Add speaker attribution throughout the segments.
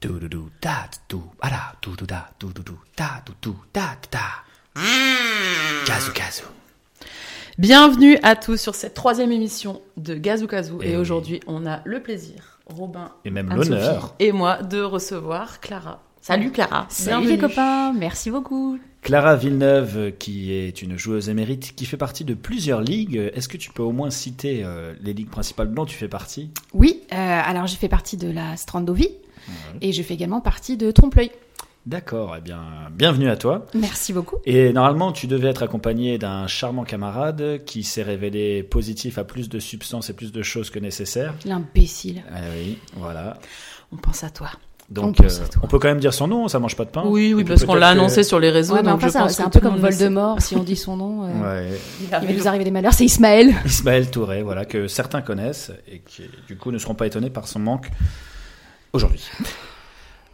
Speaker 1: Doudou da doudou ara doudou da doudou da doudou da da. Kazou kazou.
Speaker 2: Bienvenue à tous sur cette troisième émission de Gazoukazou.
Speaker 1: Eh
Speaker 2: Et,
Speaker 1: oui.
Speaker 2: aujourd'hui, on a le plaisir, Robin,
Speaker 1: Et même
Speaker 2: Anne-Sophie
Speaker 1: l'honneur.
Speaker 2: et moi, de recevoir Clara. Salut Clara.
Speaker 3: Salut les copains, merci beaucoup.
Speaker 1: Clara Villeneuve, euh, qui est une joueuse émérite, qui fait partie de plusieurs ligues. Est-ce que tu peux au moins citer euh, les ligues principales dont tu fais partie
Speaker 3: Oui, euh, alors j'ai fait partie de la Strandovie et je fais également partie de Trompe-l'œil.
Speaker 1: D'accord, eh bien, bienvenue à toi.
Speaker 3: Merci beaucoup.
Speaker 1: Et normalement, tu devais être accompagné d'un charmant camarade qui s'est révélé positif à plus de substances et plus de choses que nécessaire.
Speaker 3: L'imbécile.
Speaker 1: Ah oui, voilà.
Speaker 2: On pense à toi.
Speaker 1: Donc,
Speaker 3: On
Speaker 1: euh,
Speaker 3: pense
Speaker 1: on,
Speaker 3: à toi.
Speaker 1: peut quand même dire son nom, ça mange pas de pain.
Speaker 2: oui,
Speaker 1: Hein
Speaker 2: oui,
Speaker 1: Et puis
Speaker 2: parce qu'on
Speaker 1: peut-être
Speaker 2: l'a
Speaker 1: que-
Speaker 2: annoncé sur les réseaux.
Speaker 3: Ouais, mais
Speaker 2: donc
Speaker 3: enfin,
Speaker 2: je
Speaker 3: ça,
Speaker 2: pense
Speaker 3: c'est
Speaker 2: que
Speaker 3: un peu
Speaker 2: tout le
Speaker 3: comme
Speaker 2: monde le sait.
Speaker 3: Voldemort, si on dit son nom, euh,
Speaker 1: Ouais.
Speaker 3: il va nous arriver des malheurs, c'est Ismaël.
Speaker 1: Ismaël Touré, voilà, que certains connaissent et qui, du coup, ne seront pas étonnés par son manque aujourd'hui.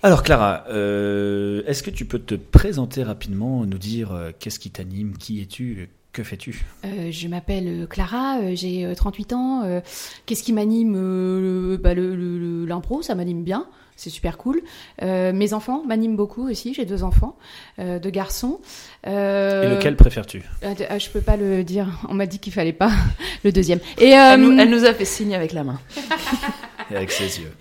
Speaker 1: Alors, Clara, euh, est-ce que tu peux te présenter rapidement, nous dire euh, qu'est-ce qui t'anime, qui es-tu, que fais-tu
Speaker 3: Euh, je m'appelle euh, Clara, euh, j'ai euh, 38 ans. euh, Qu'est-ce qui m'anime euh, le- bah, le- le- le- L'impro, ça m'anime bien, c'est super cool. Euh, mes enfants m'animent beaucoup aussi, j'ai deux enfants, euh, deux garçons. Euh,
Speaker 1: Et lequel préfères-tu
Speaker 3: euh, ah, Je peux pas le dire, on m'a dit qu'il fallait pas, le deuxième. Et,
Speaker 2: Elle nous,
Speaker 3: euh,
Speaker 2: elle nous a fait signe avec la main.
Speaker 1: Et Avec ses yeux.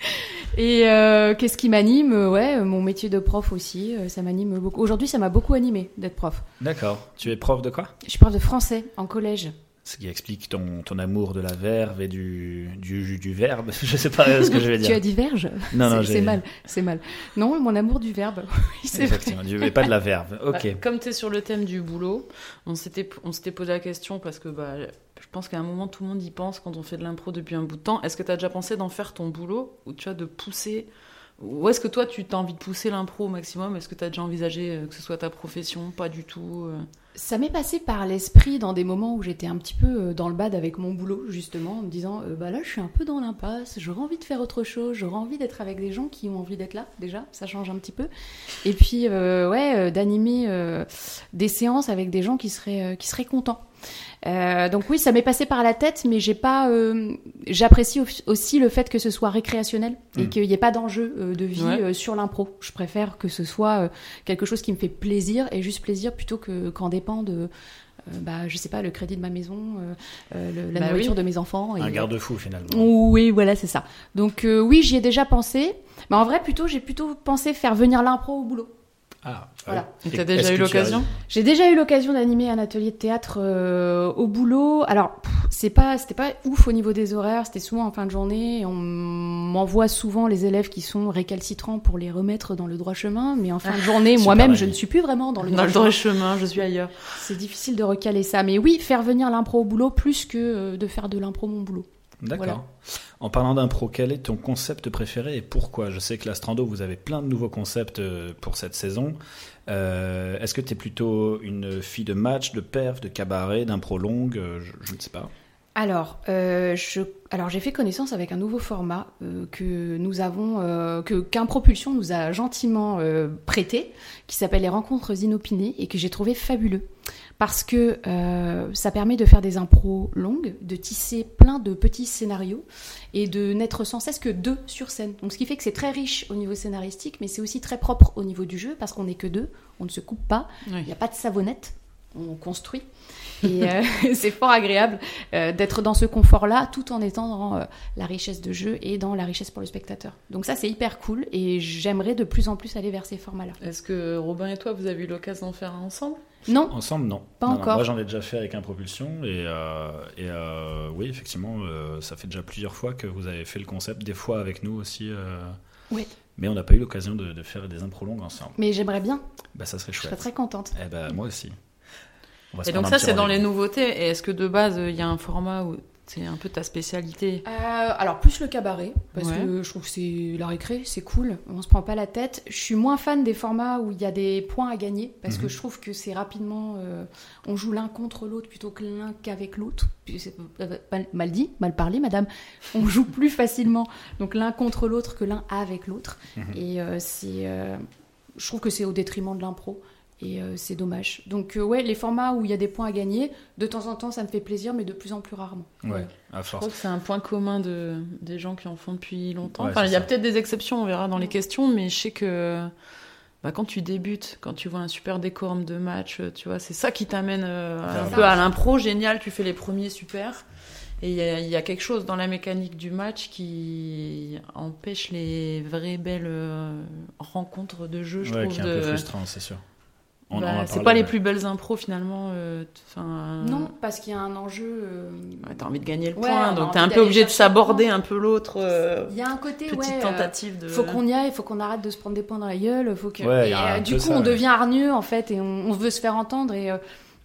Speaker 3: Et euh, qu'est-ce qui m'anime Euh, Ouais, euh, mon métier de prof aussi, euh, ça m'anime beaucoup. Aujourd'hui, ça m'a beaucoup animé d'être prof.
Speaker 1: D'accord. Tu es prof de quoi
Speaker 3: Je suis prof de français en collège.
Speaker 1: Ce qui explique ton, ton amour de la verve et du, du, du verbe. Je sais pas euh, ce que je vais
Speaker 3: Tu
Speaker 1: dire.
Speaker 3: as dit verge
Speaker 1: Non, non,
Speaker 3: C'est
Speaker 1: j'ai-
Speaker 3: c'est mal, c'est mal. Non, mon amour du verbe. Oui, c'est vrai.
Speaker 1: Effectivement, du- mais pas de la verve. Ok.
Speaker 2: Bah, comme tu es sur le thème du boulot, on s'était on s'était posé la question parce que bah, je pense qu'à un moment tout le monde y pense quand on fait de l'impro depuis un bout de temps. Est-ce que tu as déjà pensé d'en faire ton boulot ou tu as de pousser Ou est-ce que toi tu t'as envie de pousser l'impro au maximum Est-ce que tu as déjà envisagé euh, que ce soit ta profession Pas du tout. euh.
Speaker 3: Ça m'est passé par l'esprit dans des moments où j'étais un petit peu euh, dans le bad avec mon boulot, justement, en me disant euh, bah là, je suis un peu dans l'impasse, j'aurais envie de faire autre chose, j'aurais envie d'être avec des gens qui ont envie d'être là, déjà, ça change un petit peu. Et puis, euh, ouais, euh, d'animer euh, des séances avec des gens qui seraient, euh, qui seraient contents. Euh, donc oui, ça m'est passé par la tête, mais j'ai pas. euh, J'apprécie au- aussi le fait que ce soit récréationnel et
Speaker 1: Mm.
Speaker 3: qu'il n'y ait pas d'enjeu euh, de vie
Speaker 2: Ouais.
Speaker 3: euh, sur l'impro. Je préfère que ce soit euh, quelque chose qui me fait plaisir et juste plaisir plutôt que qu'en dépend de. euh, bah, je sais pas, le crédit de ma maison, euh, euh, le- la
Speaker 2: Bah
Speaker 3: nourriture
Speaker 2: oui.
Speaker 3: de mes enfants. Et...
Speaker 1: Un garde-fou finalement.
Speaker 3: Oui, voilà, c'est ça. Donc euh, oui, j'y ai déjà pensé, mais en vrai, plutôt, j'ai plutôt pensé faire venir l'impro au boulot.
Speaker 1: Ah,
Speaker 3: Voilà.
Speaker 1: oui.
Speaker 2: Et t'as
Speaker 1: est-ce
Speaker 2: déjà eu
Speaker 1: que tu
Speaker 2: l'occasion
Speaker 3: J'ai déjà eu l'occasion d'animer un atelier de théâtre euh, au boulot. Alors, pff, c'est pas, c'était pas ouf au niveau des horaires. C'était souvent en fin de journée. et On m'envoie souvent les élèves qui sont récalcitrants pour les remettre dans le droit chemin. Mais en fin de journée,
Speaker 1: c'est
Speaker 3: moi-même,
Speaker 1: pareil.
Speaker 3: je ne suis plus vraiment dans le
Speaker 2: Ah, Dans
Speaker 3: droit
Speaker 2: le droit
Speaker 3: chemin.
Speaker 2: chemin, je suis ailleurs.
Speaker 3: C'est difficile de recaler ça. Mais oui, faire venir l'impro au boulot plus que euh, de faire de l'impro mon boulot.
Speaker 1: D'accord.
Speaker 3: Voilà.
Speaker 1: En parlant d'impro, quel est ton concept préféré et pourquoi Je sais que l'Astrando, vous avez plein de nouveaux concepts euh, pour cette saison. Euh, Est-ce que tu es plutôt une fille de match, de perf, de cabaret, d'impro longue Euh, je, je ne sais pas.
Speaker 3: Alors, euh, je, alors j'ai fait connaissance avec un nouveau format euh, que nous avons, euh, que qu'Impropulsion nous a gentiment euh, prêté, qui s'appelle les rencontres inopinées et que j'ai trouvé fabuleux parce que euh, ça permet de faire des impros longues, de tisser plein de petits scénarios et de n'être sans cesse que deux sur scène. Donc, ce qui fait que c'est très riche au niveau scénaristique, mais c'est aussi très propre au niveau du jeu parce qu'on n'est que deux, on ne se coupe pas, il n'y a pas de savonnette, on construit. Et euh, c'est fort agréable euh, d'être dans ce confort-là tout en étant dans euh, la richesse de jeu et dans la richesse pour le spectateur. Donc ça, c'est hyper cool et j'aimerais de plus en plus aller vers ces formats-là.
Speaker 2: Est-ce que Robin et toi, vous avez eu l'occasion d'en faire un ensemble
Speaker 3: Non,
Speaker 1: Ensemble, non.
Speaker 3: Pas
Speaker 1: Non, non,
Speaker 3: encore.
Speaker 1: moi, j'en ai déjà fait avec Impropulsion. Et, euh, et, euh, oui, effectivement, euh, ça fait déjà plusieurs fois que vous avez fait le concept, des fois avec nous aussi. euh,
Speaker 3: Oui.
Speaker 1: Mais on n'a pas eu l'occasion de, de faire des impro longues ensemble.
Speaker 3: mais j'aimerais bien,
Speaker 1: Bah, ça serait
Speaker 3: je serais
Speaker 1: chouette.
Speaker 3: très contente.
Speaker 1: Eh ben, moi aussi. On va se
Speaker 2: Et donc
Speaker 1: prendre un
Speaker 2: ça,
Speaker 1: petit
Speaker 2: c'est dans les
Speaker 1: rendez-vous.
Speaker 2: nouveautés. Et est-ce que de base, euh, il y a un format où c'est un peu ta spécialité
Speaker 3: Euh, alors plus le cabaret parce
Speaker 2: Ouais.
Speaker 3: que je trouve que c'est la récré, c'est cool, on se prend pas la tête. Je suis moins fan des formats où il y a des points à gagner parce
Speaker 1: Mhm.
Speaker 3: que je trouve que c'est rapidement euh, on joue l'un contre l'autre plutôt que l'un qu'avec l'autre. Puis c'est mal- Mal dit, mal parlé madame. On joue plus facilement donc l'un contre l'autre que l'un avec l'autre
Speaker 1: Mhm.
Speaker 3: et euh, c'est euh, je trouve que c'est au détriment de l'impro Et euh, c'est dommage. Donc, euh, ouais, les formats où il y a des points à gagner, de temps en temps, ça me fait plaisir, mais de plus en plus rarement.
Speaker 1: Ouais, à
Speaker 2: Je
Speaker 1: force.
Speaker 2: crois que c'est un point commun de, des gens qui en font depuis longtemps.
Speaker 1: Ouais,
Speaker 2: Enfin,
Speaker 1: c'est
Speaker 2: il y a
Speaker 1: ça.
Speaker 2: peut-être des exceptions, on verra dans les questions, mais je sais que bah, quand tu débutes, quand tu vois un super décorum de match, euh, tu vois, c'est ça qui t'amène euh,
Speaker 1: Vers
Speaker 2: un
Speaker 1: le
Speaker 2: peu à l'impro. Génial, tu fais les premiers super. Et il y, a- il y a quelque chose dans la mécanique du match qui empêche les vraies belles euh, rencontres de jeu, je
Speaker 1: Ouais,
Speaker 2: trouve.
Speaker 1: qui est un peu
Speaker 2: de-
Speaker 1: frustrant, c'est sûr. On en
Speaker 2: Bah,
Speaker 1: a
Speaker 2: c'est
Speaker 1: parlé,
Speaker 2: pas les
Speaker 1: ouais.
Speaker 2: plus belles impros finalement. euh, t- enfin,
Speaker 3: Non, parce qu'il y a un enjeu. euh,
Speaker 2: Ouais, t'as envie de gagner le
Speaker 3: Ouais,
Speaker 2: point,
Speaker 3: on a
Speaker 2: donc
Speaker 3: envie
Speaker 2: t'es un peu
Speaker 3: d'aller
Speaker 2: obligé de
Speaker 3: chercher
Speaker 2: saborder
Speaker 3: le
Speaker 2: un peu l'autre. euh,
Speaker 3: Il y a un côté,
Speaker 2: petite
Speaker 3: ouais. euh,
Speaker 2: tentative de.
Speaker 3: faut qu'on y aille, faut qu'on arrête de se prendre des points dans la gueule, faut que.
Speaker 1: Ouais, il y
Speaker 3: Et,
Speaker 1: a un
Speaker 3: euh, du
Speaker 1: peu
Speaker 3: coup,
Speaker 1: ça,
Speaker 3: on
Speaker 1: ouais.
Speaker 3: devient hargneux en fait, et on, on veut se faire entendre, et, euh,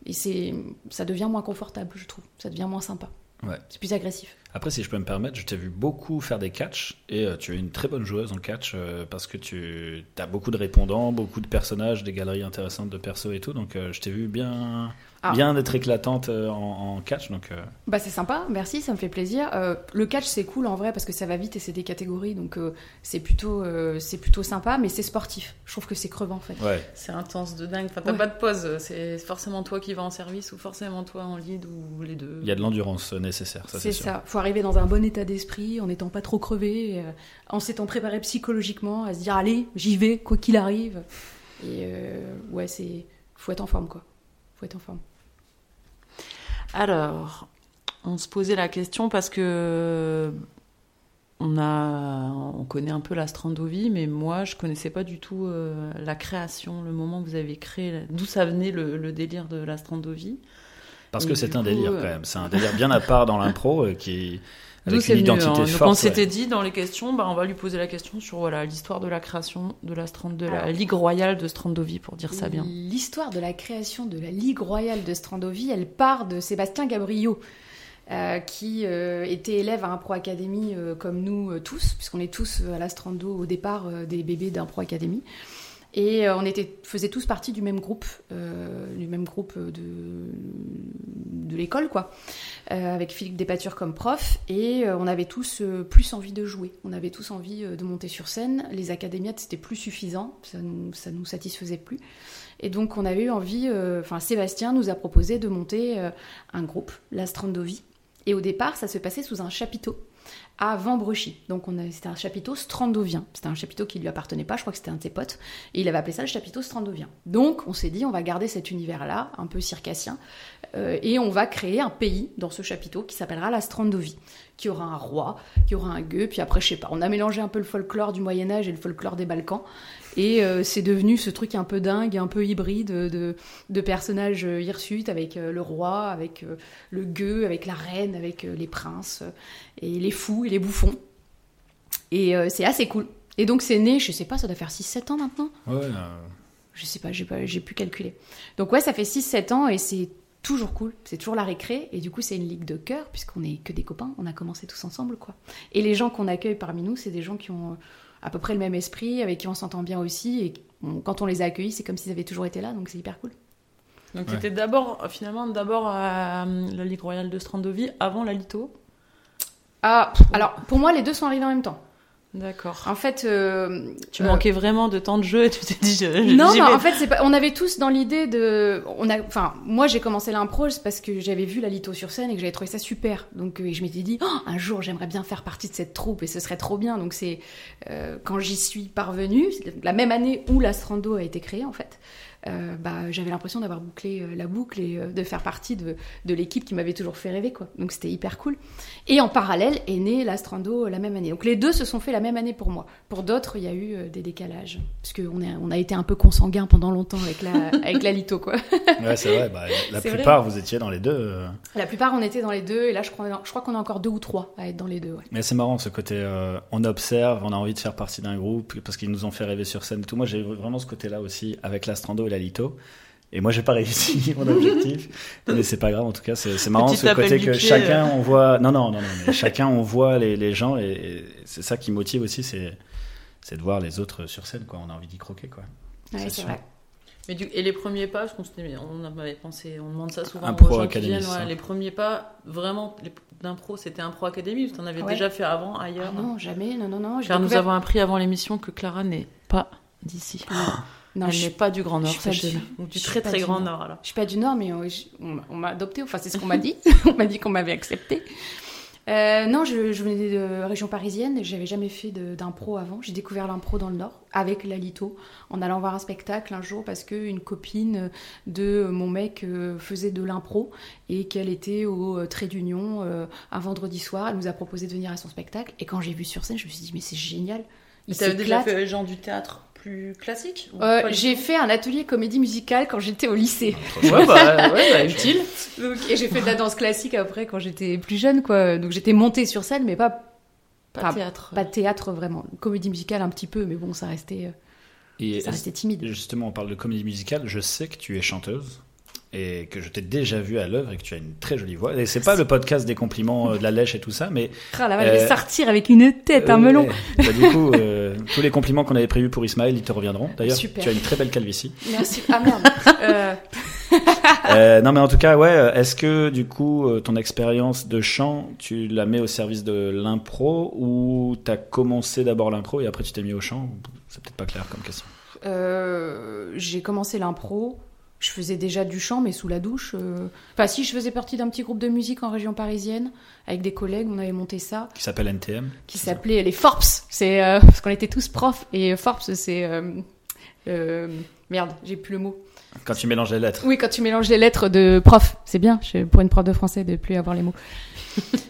Speaker 3: et c'est, ça devient moins confortable, je trouve. Ça devient moins sympa.
Speaker 1: Ouais.
Speaker 3: C'est plus agressif.
Speaker 1: Après, si je peux me permettre, je t'ai vu beaucoup faire des catchs et euh, tu es une très bonne joueuse en catch euh, parce que tu as beaucoup de répondants, beaucoup de personnages, des galeries intéressantes de persos et tout. Donc, euh, je t'ai vu bien,
Speaker 3: Ah.
Speaker 1: bien être éclatante euh, en, en catch. Donc, euh,
Speaker 3: Bah c'est sympa, merci, ça me fait plaisir. Euh, le catch c'est cool en vrai parce que ça va vite et c'est des catégories, donc euh, c'est plutôt, euh, c'est plutôt sympa, mais c'est sportif. Je trouve que c'est crevant en fait.
Speaker 1: ouais,
Speaker 2: C'est intense de dingue. Enfin, t'as
Speaker 3: Ouais.
Speaker 2: pas de pause. C'est forcément toi qui vas en service ou forcément toi en lead ou les deux.
Speaker 1: il y a de l'endurance euh, nécessaire. Ça, c'est
Speaker 3: C'est
Speaker 1: sûr.
Speaker 3: ça. Faut arriver dans un bon état d'esprit, en n'étant pas trop crevé, euh, en s'étant préparé psychologiquement, à se dire allez, j'y vais, quoi qu'il arrive. Et euh, ouais, c'est faut être en forme quoi. Faut être en forme.
Speaker 2: Alors, on se posait la question parce que euh, on a, on connaît un peu la Strandovie, mais moi, je connaissais pas du tout euh, la création, le moment que vous avez créé, d'où ça venait le, le délire de la Strandovie.
Speaker 1: Parce
Speaker 2: Et
Speaker 1: que
Speaker 2: du
Speaker 1: c'est un
Speaker 2: coup,
Speaker 1: délire
Speaker 2: euh,
Speaker 1: quand même. C'est un délire bien à part dans l'impro euh, qui
Speaker 2: D'où
Speaker 1: avec
Speaker 2: c'est
Speaker 1: une
Speaker 2: venu, hein.
Speaker 1: identité
Speaker 2: Donc on
Speaker 1: forte.
Speaker 2: s'était
Speaker 1: ouais.
Speaker 2: dit dans les questions, bah, on va lui poser la question sur voilà l'histoire de la création de la Strand, de la Ligue royale de Strandovie pour dire ça bien.
Speaker 3: L'histoire de la création de la Ligue royale de Strandovie, elle part de Sébastien Gabriot, euh, qui euh, était élève à Impro Academy euh, comme nous euh, tous, puisqu'on est tous euh, à la Strando au départ euh, des bébés d'Impro Academy. Et euh, on était, faisait tous partie du même groupe, euh, du même groupe de, de l'école, quoi, euh, avec Philippe Despatures comme prof. Et euh, on avait tous euh, plus envie de jouer, on avait tous envie euh, de monter sur scène. Les académiates, c'était plus suffisant, ça nous, ça nous satisfaisait plus. Et donc, on avait eu envie, euh, enfin, Sébastien nous a proposé de monter euh, un groupe, la Strandovie. Et au départ, ça se passait sous un chapiteau à Vambrochy. Donc, on a- c'était un chapiteau strandovien. C'était un chapiteau qui lui appartenait pas, je crois que c'était un de ses potes. Et il avait appelé ça le chapiteau strandovien. Donc, on s'est dit, on va garder cet univers-là, un peu circassien, euh, et on va créer un pays dans ce chapiteau qui s'appellera la Strandovie, qui aura un roi, qui aura un gueux, puis après, je sais pas, on a mélangé un peu le folklore du Moyen-Âge et le folklore des Balkans. Et euh, c'est devenu ce truc un peu dingue, un peu hibride euh, de, de personnages euh, hirsutes avec euh, le roi, avec euh, le gueux, avec la reine, avec euh, les princes, euh, et les fous et les bouffons. Et euh, c'est assez cool. Et donc c'est né, je sais pas, ça doit faire 6-7 ans maintenant
Speaker 1: Ouais, euh,
Speaker 3: je sais pas, j'ai pas, j'ai pu calculer. Donc ouais, ça fait 6-7 ans et c'est toujours cool, c'est toujours la récré et du coup c'est une ligue de cœur puisqu'on est que des copains, on a commencé tous ensemble quoi. Et les gens qu'on accueille parmi nous, c'est des gens qui ont euh, à peu près le même esprit, avec qui on s'entend bien aussi et on- quand on les a accueillis, c'est comme s'ils avaient toujours été là, donc c'est hyper cool.
Speaker 2: Donc
Speaker 1: Ouais.
Speaker 2: c'était d'abord euh, finalement d'abord à euh, la Ligue royale de Strandovie avant la Lito.
Speaker 3: Ah, alors pour moi les deux sont arrivés en même temps.
Speaker 2: D'accord.
Speaker 3: En fait, euh,
Speaker 2: Tu
Speaker 3: euh,
Speaker 2: manquais vraiment de temps de jeu et tu t'es dit je, je-
Speaker 3: Non,
Speaker 2: j'y
Speaker 3: mais
Speaker 2: vais.
Speaker 3: en fait, c'est pas... on avait tous dans l'idée de. On a... Enfin, moi, j'ai commencé l'impro c'est parce que j'avais vu la Lito sur scène et que j'avais trouvé ça super. Donc, euh, et je m'étais dit, Oh, un jour, j'aimerais bien faire partie de cette troupe et ce serait trop bien. Donc, c'est euh, quand j'y suis parvenue, c'est la même année où l'Astrando a été créée, en fait. euh, bah, j'avais l'impression d'avoir bouclé euh, la boucle et euh, de faire partie de, de l'équipe qui m'avait toujours fait rêver quoi. Donc c'était hyper cool. Et en parallèle est né l'Astrando euh, la même année. Donc les deux se sont faits la même année pour moi. Pour d'autres, il y a eu euh, des décalages. Parce qu'on est- on a été un peu consanguins pendant longtemps avec la, avec la Lito, quoi.
Speaker 1: ouais, c'est vrai. bah, la
Speaker 3: C'est
Speaker 1: plupart, vous étiez dans les deux. euh.
Speaker 3: La plupart, on était dans les deux. Et là, je crois, je crois qu'on a encore deux ou trois à être dans les deux, ouais.
Speaker 1: Mais c'est marrant ce côté, euh, on observe, on a envie de faire partie d'un groupe parce qu'ils nous ont fait rêver sur scène. et Tout moi j'ai vraiment ce côté-là aussi avec l'Astrando et la Lito. Et moi j'ai pas réussi mon objectif, mais c'est pas grave en tout cas. C'est c'est marrant
Speaker 2: Petit
Speaker 1: ce
Speaker 2: appel
Speaker 1: côté
Speaker 2: du
Speaker 1: que
Speaker 2: pied,
Speaker 1: chacun on voit. Non non non, non, mais chacun on voit les, les gens et, et c'est ça qui motive aussi, c'est c'est de voir les autres sur scène quoi. On a envie d'y croquer quoi.
Speaker 3: Ouais,
Speaker 1: C'est
Speaker 3: c'est
Speaker 1: sûr.
Speaker 3: vrai.
Speaker 2: Mais du- et les premiers pas, parce qu'on s'était- on avait pensé, on demande ça souvent
Speaker 1: Un
Speaker 2: aux
Speaker 1: pro
Speaker 2: gens qui
Speaker 1: académie,
Speaker 2: viennent.
Speaker 1: c'est
Speaker 2: ouais,
Speaker 1: ça.
Speaker 2: les premiers pas, vraiment, les- d'impro, c'était un pro académie, parce que t'en avais
Speaker 3: Ouais.
Speaker 2: déjà fait avant, ailleurs.
Speaker 3: Ah non, jamais, non, non, non. j'ai
Speaker 2: Car nous
Speaker 3: découvert-
Speaker 2: Ah. avons appris avant l'émission que Clara n'est pas d'ici.
Speaker 3: Non,
Speaker 2: Elle
Speaker 3: je
Speaker 2: n'est pas du Grand
Speaker 3: je
Speaker 2: Nord,
Speaker 3: suis pas
Speaker 2: sachez-le.
Speaker 3: du-
Speaker 2: Ou du
Speaker 3: je suis
Speaker 2: très
Speaker 3: pas
Speaker 2: très
Speaker 3: du
Speaker 2: Grand
Speaker 3: Nord.
Speaker 2: Nord, alors.
Speaker 3: Je suis pas du Nord, mais euh, je- on, on m'a adopté. Enfin, c'est ce qu'on m'a dit. on m'a dit qu'on m'avait accepté. Euh, non, je, je venais de région parisienne. J'avais jamais fait de- d'impro avant. J'ai découvert l'impro dans le Nord avec la Lito en allant voir un spectacle un jour parce que une copine de mon mec euh, faisait de l'impro et qu'elle était au euh, Trait d'Union euh, un vendredi soir. Elle nous a proposé de venir à son spectacle et quand j'ai vu sur scène, je me suis dit mais c'est génial. Il
Speaker 2: Mais t'avais déjà
Speaker 3: s'éclate.
Speaker 2: fait genre euh, du théâtre plus classique ou
Speaker 3: Euh,
Speaker 2: pas du
Speaker 3: j'ai
Speaker 2: tout
Speaker 3: fait un atelier comédie musicale quand j'étais au lycée.
Speaker 2: Ouais, bah, ouais, bah, utile.
Speaker 3: Donc, et j'ai fait de la danse classique après quand j'étais plus jeune, quoi. Donc j'étais montée sur scène, mais pas,
Speaker 2: Pas
Speaker 3: Pas-
Speaker 2: théâtre.
Speaker 3: pas de théâtre vraiment. Comédie musicale un petit peu, mais bon, ça restait, euh,
Speaker 1: Et
Speaker 3: ça restait timide.
Speaker 1: Justement, on parle de comédie musicale. Je sais que tu es chanteuse et que je t'ai déjà vue à l'œuvre et que tu as une très jolie voix. Et c'est pas le podcast des compliments euh, de la lèche et tout ça, mais
Speaker 3: Ah, la vache, je vais
Speaker 1: Euh,
Speaker 3: sortir avec une tête, un
Speaker 1: Euh,
Speaker 3: melon.
Speaker 1: ouais. Bah, du coup, euh, tous les compliments qu'on avait prévus pour Ismaël, ils te reviendront. D'ailleurs,
Speaker 3: Super.
Speaker 1: tu as une très belle calvitie.
Speaker 3: Merci. Ah merde. Euh,
Speaker 1: Euh, non, mais en tout cas, ouais. euh, Est-ce que du coup, euh, ton expérience de chant, tu la mets au service de l'impro ou t'as commencé d'abord l'impro et après tu t'es mis au chant C'est peut-être pas clair comme question.
Speaker 3: euh, j'ai commencé l'impro. Je faisais déjà du chant, mais sous la douche. euh. Enfin, si, je faisais partie d'un petit groupe de musique en région parisienne avec des collègues. On avait monté ça.
Speaker 1: Qui s'appelle NTM.
Speaker 3: qui s'appelait les Forps. C'est euh, parce qu'on était tous profs et Forps, c'est euh, euh, merde, j'ai plus le mot.
Speaker 1: Quand tu mélanges les lettres.
Speaker 3: Oui, quand tu mélanges les lettres de prof, c'est bien je- pour une prof de français de plus avoir les mots.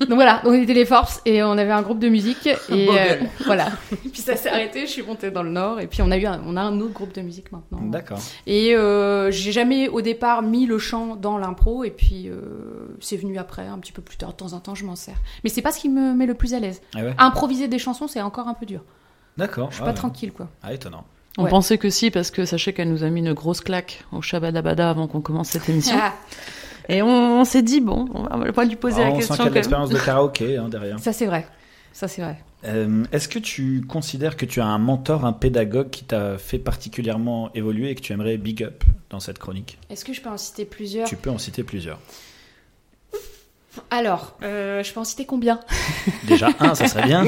Speaker 3: Donc voilà, on était les Forps et on avait un groupe de musique et
Speaker 2: Beau
Speaker 3: euh,
Speaker 2: gueule.
Speaker 3: voilà. Et puis ça s'est arrêté, je suis montée dans le Nord et puis on a eu un, on a un autre groupe de musique maintenant.
Speaker 1: D'accord.
Speaker 3: Et euh, j'ai jamais au départ mis le chant dans l'impro, et puis euh, c'est venu après, un petit peu plus tard. De temps en temps, je m'en sers. Mais c'est pas ce qui me met le plus à l'aise.
Speaker 1: Ah ouais.
Speaker 3: Improviser des chansons, c'est encore un peu dur.
Speaker 1: D'accord.
Speaker 3: Je suis
Speaker 1: Ah
Speaker 3: pas
Speaker 1: ouais.
Speaker 3: tranquille, quoi.
Speaker 1: Ah étonnant.
Speaker 2: On
Speaker 3: Ouais.
Speaker 2: pensait que si, parce que sachez qu'elle nous a mis une grosse claque au Shabadabada avant qu'on commence cette
Speaker 3: Ah.
Speaker 2: émission. Et on, on s'est dit, bon, on va- on va pas lui poser
Speaker 1: Ah,
Speaker 2: la
Speaker 1: on sent
Speaker 2: question.
Speaker 1: qu'il y a
Speaker 2: quand
Speaker 1: de
Speaker 2: même.
Speaker 1: l'expérience de karaoké hein, derrière.
Speaker 3: ça c'est vrai. Ça c'est vrai.
Speaker 1: Euh, Est-ce que tu considères que tu as un mentor, un pédagogue qui t'a fait particulièrement évoluer et que tu aimerais big up dans cette chronique
Speaker 3: Est-ce que je peux en citer plusieurs
Speaker 1: Tu peux en citer plusieurs.
Speaker 3: Alors, euh, je peux en citer combien
Speaker 1: Déjà un, ça serait bien.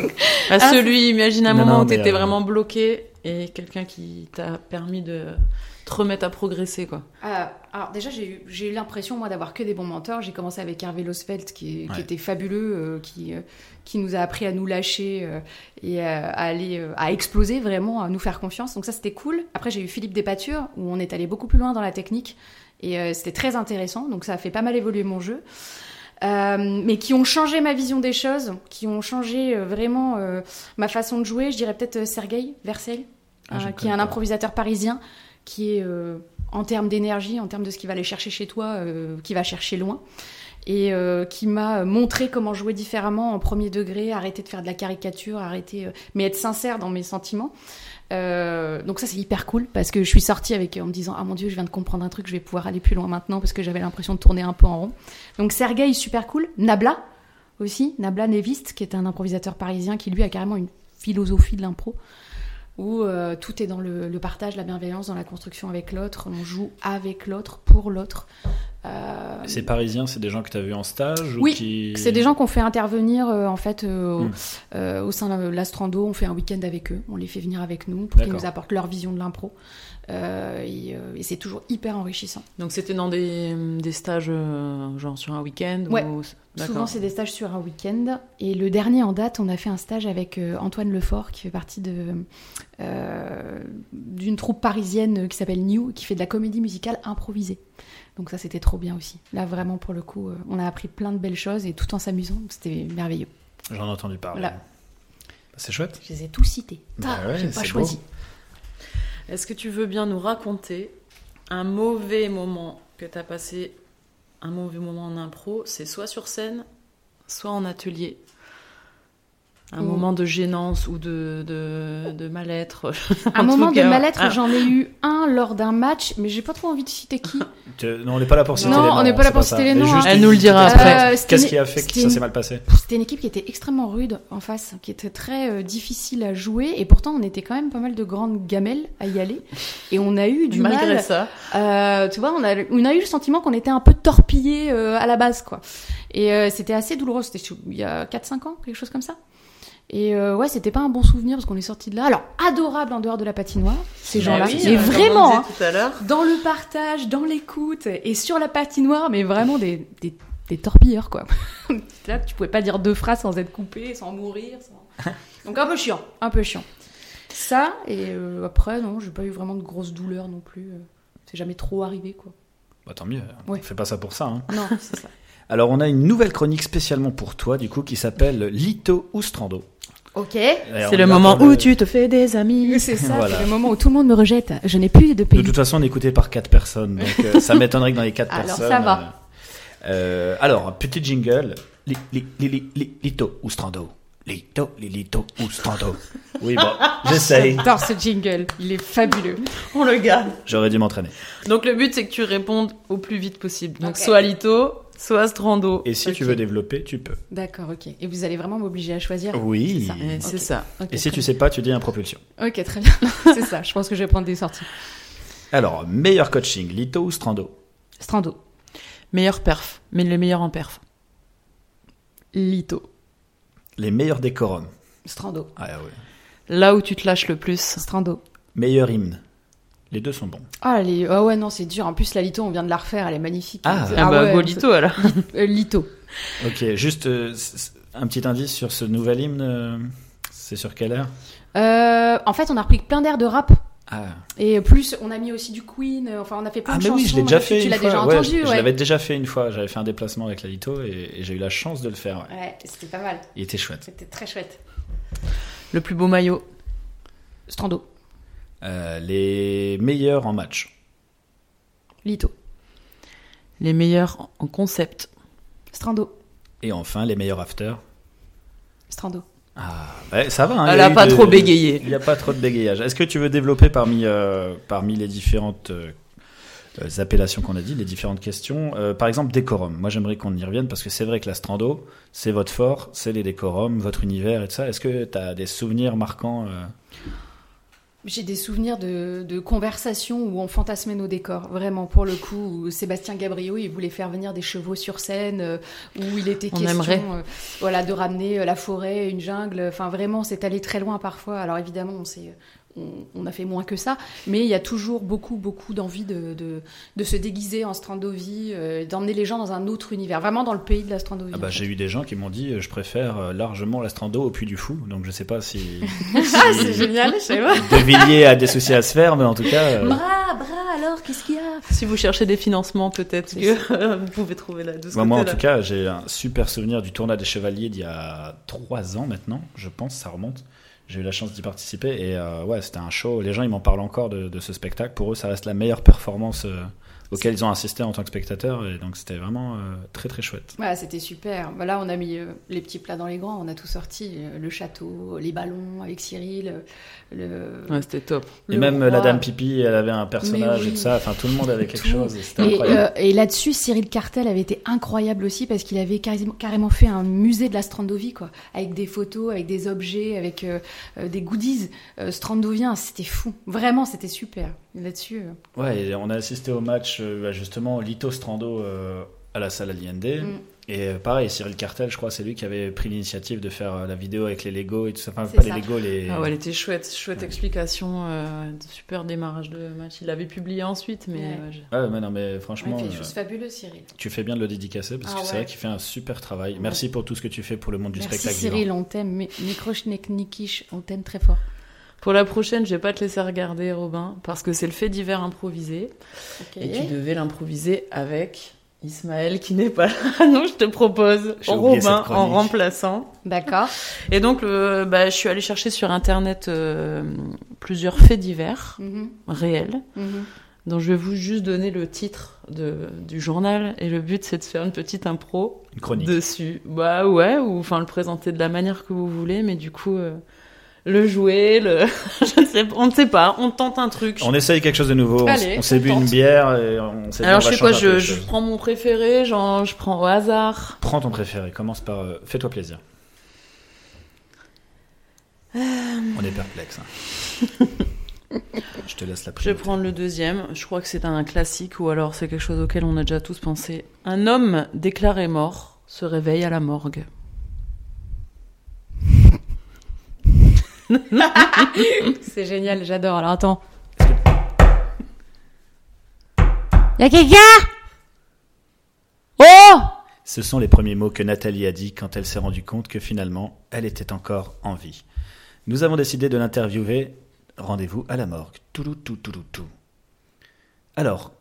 Speaker 2: À
Speaker 3: Ah,
Speaker 2: celui, imagine un
Speaker 1: Non,
Speaker 2: moment
Speaker 1: non,
Speaker 2: où
Speaker 1: mais,
Speaker 2: t'étais
Speaker 1: euh,
Speaker 2: vraiment bloqué et quelqu'un qui t'a permis de te remettre à progresser, quoi.
Speaker 3: Euh, alors déjà, j'ai eu, j'ai eu l'impression moi d'avoir que des bons mentors. J'ai commencé avec Hervé Losfeld, qui, est- qui
Speaker 1: Ouais.
Speaker 3: était fabuleux, euh, qui euh, qui nous a appris à nous lâcher euh, et euh, à aller euh, à exploser vraiment, à nous faire confiance. Donc ça c'était cool. Après j'ai eu Philippe Despatures où on est allé beaucoup plus loin dans la technique et euh, c'était très intéressant. Donc ça a fait pas mal évoluer mon jeu. Euh, mais qui ont changé ma vision des choses, qui ont changé euh, vraiment euh, ma façon de jouer. Je dirais peut-être euh, Sergueï Vercel,
Speaker 1: Ah,
Speaker 3: euh,
Speaker 1: je le
Speaker 3: qui est un
Speaker 1: connais pas.
Speaker 3: improvisateur parisien, qui est euh, en termes d'énergie, en termes de ce qu'il va aller chercher chez toi, euh, qui va chercher loin, et euh, qui m'a montré comment jouer différemment en premier degré, arrêter de faire de la caricature, arrêter, euh, mais être sincère dans mes sentiments. Euh, donc ça c'est hyper cool parce que je suis sortie avec en me disant ah mon dieu je viens de comprendre un truc je vais pouvoir aller plus loin maintenant parce que j'avais l'impression de tourner un peu en rond donc Sergueï super cool Nabla aussi Nabla Nevist qui est un improvisateur parisien qui lui a carrément une philosophie de l'impro où euh, tout est dans le, le partage, la bienveillance, dans la construction avec l'autre. On joue avec l'autre, pour l'autre. Euh,
Speaker 1: Ces Parisiens, c'est des gens que tu as vus en stage ou
Speaker 3: Oui,
Speaker 1: qui...
Speaker 3: c'est des gens qu'on fait intervenir euh, en fait euh, au-
Speaker 1: Hmm.
Speaker 3: euh, au sein de l'Astrando. On fait un week-end avec eux, on les fait venir avec nous pour qu'ils
Speaker 1: D'accord.
Speaker 3: nous apportent leur vision de l'impro. Euh, et euh, et c'est toujours hyper enrichissant.
Speaker 2: Donc c'était dans des, des stages, euh, genre sur un week-end
Speaker 3: Ouais.
Speaker 2: ou...
Speaker 3: Souvent, c'est des stages sur un week-end. Et le dernier en date, on a fait un stage avec euh, Antoine Lefort, qui fait partie de, euh, d'une troupe parisienne qui s'appelle New, qui fait de la comédie musicale improvisée. Donc ça, c'était trop bien aussi. Là, vraiment, pour le coup, euh, on a appris plein de belles choses et tout en s'amusant. Donc, C'était merveilleux.
Speaker 1: J'en ai entendu parler. Bah,
Speaker 3: Voilà.
Speaker 1: C'est chouette.
Speaker 3: Je les ai tous cités. Ah,
Speaker 1: Bah ouais,
Speaker 3: j'ai pas
Speaker 1: c'est
Speaker 3: choisi.
Speaker 1: beau.
Speaker 2: Est-ce que tu veux bien nous raconter un mauvais moment que t'as passé, un mauvais moment en impro C'est soit sur scène, soit en atelier. Un
Speaker 3: Ou-
Speaker 2: moment de gênance ou de, de, de mal-être.
Speaker 3: Un
Speaker 2: En
Speaker 3: moment
Speaker 2: tout
Speaker 3: de
Speaker 2: cas,
Speaker 3: mal-être,
Speaker 1: ah.
Speaker 2: un-
Speaker 3: j'en ai eu un lors d'un match, mais j'ai pas trop envie de citer qui.
Speaker 1: Tu- Non, on n'est pas là pour citer
Speaker 3: Non,
Speaker 1: les
Speaker 3: on
Speaker 1: noms.
Speaker 3: n'est pas là
Speaker 1: c'est
Speaker 3: pour
Speaker 1: ça.
Speaker 3: citer les
Speaker 1: Mais
Speaker 3: noms,
Speaker 1: juste
Speaker 2: hein.
Speaker 1: une
Speaker 2: Elle nous le
Speaker 1: petite
Speaker 2: dira
Speaker 1: question.
Speaker 3: après. Euh, c'était
Speaker 1: Qu'est-ce
Speaker 3: une-
Speaker 1: qui a fait que
Speaker 3: c'était
Speaker 1: ça
Speaker 3: une-
Speaker 1: s'est mal passé
Speaker 3: C'était une équipe qui était extrêmement rude en face, qui était très euh, difficile à jouer, et pourtant on était quand même pas mal de grandes gamelles à y aller, et on a eu du
Speaker 2: Malgré
Speaker 3: mal.
Speaker 2: ça,
Speaker 3: euh, tu vois, on a, on a eu le sentiment qu'on était un peu torpillé euh, à la base, quoi. Et euh, c'était assez douloureux, c'était il y a 4-5 ans, quelque chose comme ça. Et euh, ouais, c'était pas un bon souvenir parce qu'on est sorti de là. Alors, adorable en dehors de la patinoire, ces
Speaker 2: Bah
Speaker 3: gens-là.
Speaker 2: oui,
Speaker 3: mais
Speaker 2: euh, comme on
Speaker 3: vraiment, hein,
Speaker 2: disait tout à
Speaker 1: Eh,
Speaker 2: l'heure.
Speaker 3: dans le partage, dans l'écoute et sur la patinoire, mais vraiment des, des, des torpilleurs, quoi. Là, tu pouvais pas dire deux phrases sans être coupé, sans mourir. sans- Donc, un peu chiant, un peu chiant. Ça, et euh, après, non, j'ai pas eu vraiment de grosses douleurs non plus. euh, C'est jamais trop arrivé, quoi.
Speaker 1: Bah, tant mieux.
Speaker 3: Ouais.
Speaker 1: On fait pas ça pour ça. hein.
Speaker 3: Non, c'est ça.
Speaker 1: Alors, on a une nouvelle chronique spécialement pour toi, du coup, qui s'appelle Lito Oustrando.
Speaker 3: Ok.
Speaker 1: Alors,
Speaker 2: C'est
Speaker 1: on
Speaker 2: le
Speaker 1: l'a
Speaker 2: moment
Speaker 1: pour
Speaker 2: où
Speaker 1: le-
Speaker 2: tu te fais des amis.
Speaker 3: C'est ça,
Speaker 1: Voilà.
Speaker 3: c'est le moment où tout le monde me rejette. Je n'ai plus de
Speaker 1: De
Speaker 3: pays.
Speaker 1: toute façon, on est écouté par quatre personnes, donc euh, ça m'étonnerait que dans les quatre
Speaker 3: Alors,
Speaker 1: personnes.
Speaker 3: ça va.
Speaker 1: euh, euh, alors, petit jingle. Li- li- li- li- li- Lito Oustrando. Lito, li- Lito Oustrando. Oui, bon, j'essaye.
Speaker 3: J'adore ce jingle, il est fabuleux.
Speaker 2: On le garde.
Speaker 1: J'aurais dû m'entraîner.
Speaker 2: Donc le but c'est que tu répondes au plus vite possible. Donc
Speaker 3: Ok.
Speaker 2: soit Lito, soit Strando.
Speaker 1: Et si tu
Speaker 3: Ok.
Speaker 1: veux développer, tu peux.
Speaker 3: D'accord, ok. Et vous allez vraiment m'obliger à choisir
Speaker 1: Oui.
Speaker 3: C'est ça.
Speaker 2: Eh, C'est
Speaker 3: Ok.
Speaker 2: ça.
Speaker 3: Ok,
Speaker 1: Et si
Speaker 3: très
Speaker 1: tu sais pas, tu dis impropulsion.
Speaker 3: bien. Ok, très bien. c'est ça, je pense que je vais prendre des sorties.
Speaker 1: Alors, meilleur coaching, Lito ou Strando
Speaker 3: Strando,
Speaker 2: Meilleur perf, mais le meilleur en perf. Lito.
Speaker 1: Les meilleurs décorums.
Speaker 3: Strando,
Speaker 1: Ah ouais.
Speaker 2: Là où tu te lâches le plus.
Speaker 3: Strando.
Speaker 1: Meilleur hymne. Les deux sont bons.
Speaker 3: Ah, les... ah ouais, non, c'est dur. En plus, la Lito, on vient de la refaire, elle est magnifique.
Speaker 1: Ah.
Speaker 3: C'est-
Speaker 2: Ah, bah
Speaker 3: ouais,
Speaker 2: go Lito alors.
Speaker 3: c'est- euh, Lito.
Speaker 1: Ok, juste euh, c- c- un petit indice sur ce nouvel hymne. euh, C'est sur quelle heure
Speaker 3: Euh, en fait, on a repris plein d'air de rap.
Speaker 1: Ah,
Speaker 3: Et plus, on a mis aussi du Queen. euh, Enfin, on a fait plein
Speaker 1: Ah,
Speaker 3: de
Speaker 1: mais oui,
Speaker 3: chansons,
Speaker 1: je l'ai
Speaker 3: on a
Speaker 1: déjà fait
Speaker 3: Tu
Speaker 1: une
Speaker 3: l'as
Speaker 1: fois.
Speaker 3: déjà
Speaker 1: Ouais,
Speaker 3: entendu,
Speaker 1: je je
Speaker 3: ouais.
Speaker 1: l'avais déjà fait une fois. J'avais fait un déplacement avec la Lito et, et j'ai eu la chance de le faire. ouais.
Speaker 3: Ouais, c'était pas mal.
Speaker 1: Il était chouette.
Speaker 3: C'était très chouette.
Speaker 2: Le plus beau maillot.
Speaker 3: Strando,
Speaker 1: Euh, les meilleurs en match.
Speaker 3: Lito,
Speaker 2: Les meilleurs en concept.
Speaker 3: Strando,
Speaker 1: Et enfin, les meilleurs after.
Speaker 3: Strando.
Speaker 1: Ah, ouais, ça va. hein, il y
Speaker 2: Elle a
Speaker 1: eu
Speaker 2: pas
Speaker 1: de-
Speaker 2: trop bégayé.
Speaker 1: Il n'y a pas trop de bégayage. Est-ce que tu veux développer parmi, euh, parmi les différentes euh, euh, appellations qu'on a dit, les différentes questions euh, Par exemple, décorum. Moi, j'aimerais qu'on y revienne parce que c'est vrai que la Strando, c'est votre fort, c'est les décorums, votre univers et tout ça. Est-ce que tu as des souvenirs marquants euh
Speaker 3: J'ai des souvenirs de, de conversations où on fantasmait nos décors, vraiment pour le coup, où Sébastien Gabriel, il voulait faire venir des chevaux sur scène, euh, où il était
Speaker 2: On
Speaker 3: question
Speaker 2: aimerait.
Speaker 3: euh, voilà, de ramener euh, la forêt, une jungle, enfin vraiment c'est allé très loin parfois, alors évidemment on, s'est- on, on a fait moins que ça, mais il y a toujours beaucoup, beaucoup d'envie de, de, de se déguiser en Strandovie, euh, d'emmener les gens dans un autre univers, vraiment dans le pays de la Strandovie.
Speaker 1: Ah bah,
Speaker 3: en fait.
Speaker 1: J'ai eu des gens qui m'ont dit euh, je préfère euh, largement la Strando au Puy du Fou. Donc, je sais pas si,
Speaker 3: Ah, c'est génial, je sais pas.
Speaker 1: De Villiers a des soucis à se faire, mais en tout cas. euh,
Speaker 3: Bras, bras, alors qu'est-ce qu'il y a
Speaker 2: Si vous cherchez des financements, peut-être
Speaker 3: C'est
Speaker 2: que vous pouvez trouver là. De ce
Speaker 1: Bah, moi, en
Speaker 2: côté-là.
Speaker 1: tout cas, j'ai un super souvenir du tournoi des Chevaliers d'il y a trois ans maintenant, je pense, ça remonte. J'ai eu la chance d'y participer et euh, ouais, c'était un show. Les gens, ils m'en parlent encore de, de ce spectacle. Pour eux, ça reste la meilleure performance euh, auquel ils ont assisté en tant que spectateurs et donc c'était vraiment euh, très très chouette.
Speaker 3: Ouais, c'était super. Bah Là, on a mis euh, les petits plats dans les grands, on a tout sorti. euh, Le château, les ballons avec Cyril, euh, le.
Speaker 2: Ouais, c'était top.
Speaker 1: Et
Speaker 3: le
Speaker 1: même
Speaker 3: roi.
Speaker 1: euh, la dame Pipi, elle avait un personnage
Speaker 3: oui.
Speaker 1: et tout ça. Enfin, tout le monde avait quelque
Speaker 3: Tout.
Speaker 1: chose. et C'était
Speaker 3: Et,
Speaker 1: incroyable.
Speaker 3: euh, et là-dessus, Cyril Cartel avait été incroyable aussi parce qu'il avait carrément, carrément fait un musée de la Strandovie, quoi, avec des photos, avec des objets, avec euh, euh, des goodies euh, strandoviens. C'était fou, vraiment, c'était super. Là-dessus, euh,
Speaker 1: Ouais, et on a assisté au match euh, bah, justement Lito Strando euh, à la salle Allende.
Speaker 3: Mm.
Speaker 1: Et euh, pareil, Cyril Cartel, je crois, c'est lui qui avait pris l'initiative de faire euh, la vidéo avec les Lego et tout ça. Enfin,
Speaker 3: C'est
Speaker 1: pas
Speaker 3: ça.
Speaker 1: les Lego, les.
Speaker 2: Ah ouais, elle était chouette, chouette explication, euh, de super démarrage de match. Il l'avait publié ensuite, mais
Speaker 3: Ouais.
Speaker 2: ouais, je-
Speaker 1: Ouais, mais non, mais
Speaker 3: ouais, il
Speaker 1: franchement,
Speaker 3: fait des
Speaker 1: euh,
Speaker 3: choses fabuleuses, Cyril.
Speaker 1: tu fais bien de le dédicacer parce que
Speaker 3: Ah
Speaker 1: c'est
Speaker 3: ouais.
Speaker 1: vrai qu'il fait un super travail. Merci pour tout ce que tu fais pour le monde du
Speaker 3: Merci
Speaker 1: spectacle.
Speaker 3: Cyril,
Speaker 1: vivant.
Speaker 3: on t'aime. Mi- Mikrochnek Nikish, on t'aime très fort.
Speaker 2: Pour la prochaine, je vais pas te laisser regarder, Robin, parce que c'est le fait divers improvisé.
Speaker 3: Ok.
Speaker 2: Et tu devais l'improviser avec Ismaël, qui n'est pas là. Non, je te propose
Speaker 1: J'ai oublié
Speaker 2: Robin
Speaker 1: cette
Speaker 2: en
Speaker 1: chronique.
Speaker 2: remplaçant.
Speaker 3: D'accord.
Speaker 2: Et donc, le- bah, je suis allée chercher sur Internet euh, plusieurs faits divers
Speaker 3: Mhm,
Speaker 2: réels.
Speaker 3: mhm.
Speaker 2: Donc, je vais vous juste donner le titre de- du journal. Et le but, c'est de faire une petite impro
Speaker 1: hein. Une chronique.
Speaker 2: dessus. Bah ouais, ou enfin le présenter de la manière que vous voulez, mais du coup, euh, le jouer, le... je sais pas, on ne sait pas, on tente un truc.
Speaker 1: On essaye quelque chose de nouveau. on s-
Speaker 3: Allez,
Speaker 1: on s'est bu
Speaker 3: on
Speaker 1: une
Speaker 3: tente.
Speaker 1: bière et on s'est dit,
Speaker 2: Alors
Speaker 1: on va
Speaker 2: je sais quoi,
Speaker 1: changer un peu les
Speaker 2: je, je
Speaker 1: choses.
Speaker 2: prends mon préféré, genre je prends au hasard.
Speaker 1: Prends ton préféré. Commence par. euh, Fais-toi plaisir. On est perplexe. hein. je te laisse la
Speaker 2: Je vais
Speaker 1: priorité.
Speaker 2: prendre le deuxième, je crois que c'est un classique ou alors c'est quelque chose auquel on a déjà tous pensé. Un homme déclaré mort se réveille à la morgue.
Speaker 3: C'est génial, j'adore. Alors attends. Y'a quelqu'un Oh
Speaker 1: Ce sont les premiers mots que Nathalie a dit quand elle s'est rendue compte que finalement, elle était encore en vie. Nous avons décidé de l'interviewer. Rendez-vous à la morgue. Toulou, tout, toulou, tout. Alors,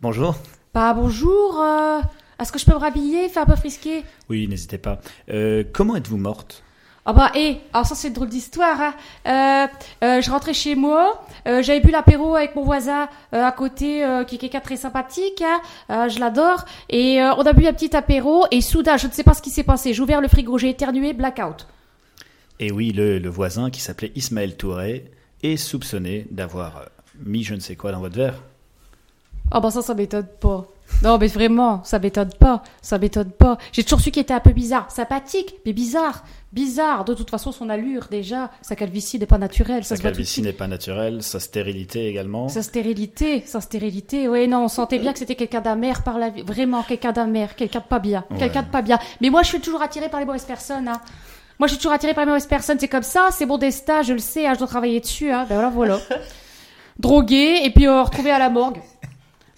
Speaker 1: bonjour.
Speaker 3: Bah bonjour, euh, est-ce que je peux me rhabiller, faire un peu frisquer
Speaker 1: Oui, n'hésitez pas. Euh, comment êtes-vous morte
Speaker 3: Ah bah hé, alors ça c'est une drôle d'histoire. hein. Euh, euh, je rentrais chez moi, euh, j'avais bu l'apéro avec mon voisin euh, à côté, euh, qui est quelqu'un de très sympathique, hein, euh, je l'adore. Et euh, on a bu un petit apéro et soudain, je ne sais pas ce qui s'est passé, j'ai ouvert le frigo, j'ai éternué, blackout.
Speaker 1: Et Eh oui, le, le voisin qui s'appelait Ismaël Touré est soupçonné d'avoir euh, mis je ne sais quoi dans votre verre.
Speaker 3: Ah bah ça, ça m'étonne pas. Non mais vraiment, ça m'étonne pas, ça m'étonne pas. J'ai toujours su qu'il était un peu bizarre, sympathique, mais bizarre, bizarre. De toute façon, son allure déjà, sa calvitie n'est pas naturelle. Ça
Speaker 1: Sa
Speaker 3: se voit tout de
Speaker 1: calvitie n'est pas naturelle, sa stérilité également.
Speaker 3: Sa stérilité, sa stérilité, oui, non, on sentait bien que c'était quelqu'un d'amer par la vie, vraiment, quelqu'un d'amer, quelqu'un de pas bien,
Speaker 1: Ouais.
Speaker 3: quelqu'un de pas bien. Mais moi, je suis toujours attirée par les mauvaises personnes, hein. Moi, je suis toujours attirée par les mauvaises personnes, c'est comme ça, c'est mon destin, je le sais, hein, je dois travailler dessus, hein. Ben voilà, voilà. Drogué, et puis euh, retrouvé à la morgue.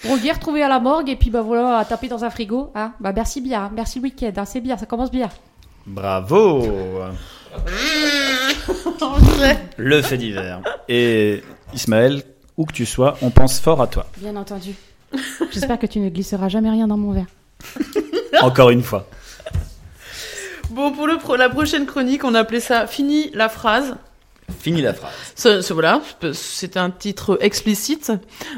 Speaker 3: Drogué, retrouvé à la morgue, et puis bah voilà, tapé dans un frigo, hein. Bah merci bien, hein. merci le week-end, hein, c'est bien, ça commence bien.
Speaker 1: Bravo Le fait divers. Et Ismaël, où que tu sois, on pense fort à toi.
Speaker 3: Bien entendu. J'espère que tu ne glisseras jamais rien dans mon verre.
Speaker 1: Encore une fois.
Speaker 2: Bon, pour le pro- la prochaine chronique, on appelait ça Fini la phrase.
Speaker 1: Fini la phrase.
Speaker 2: Ce, ce- voilà, c'était un titre explicite.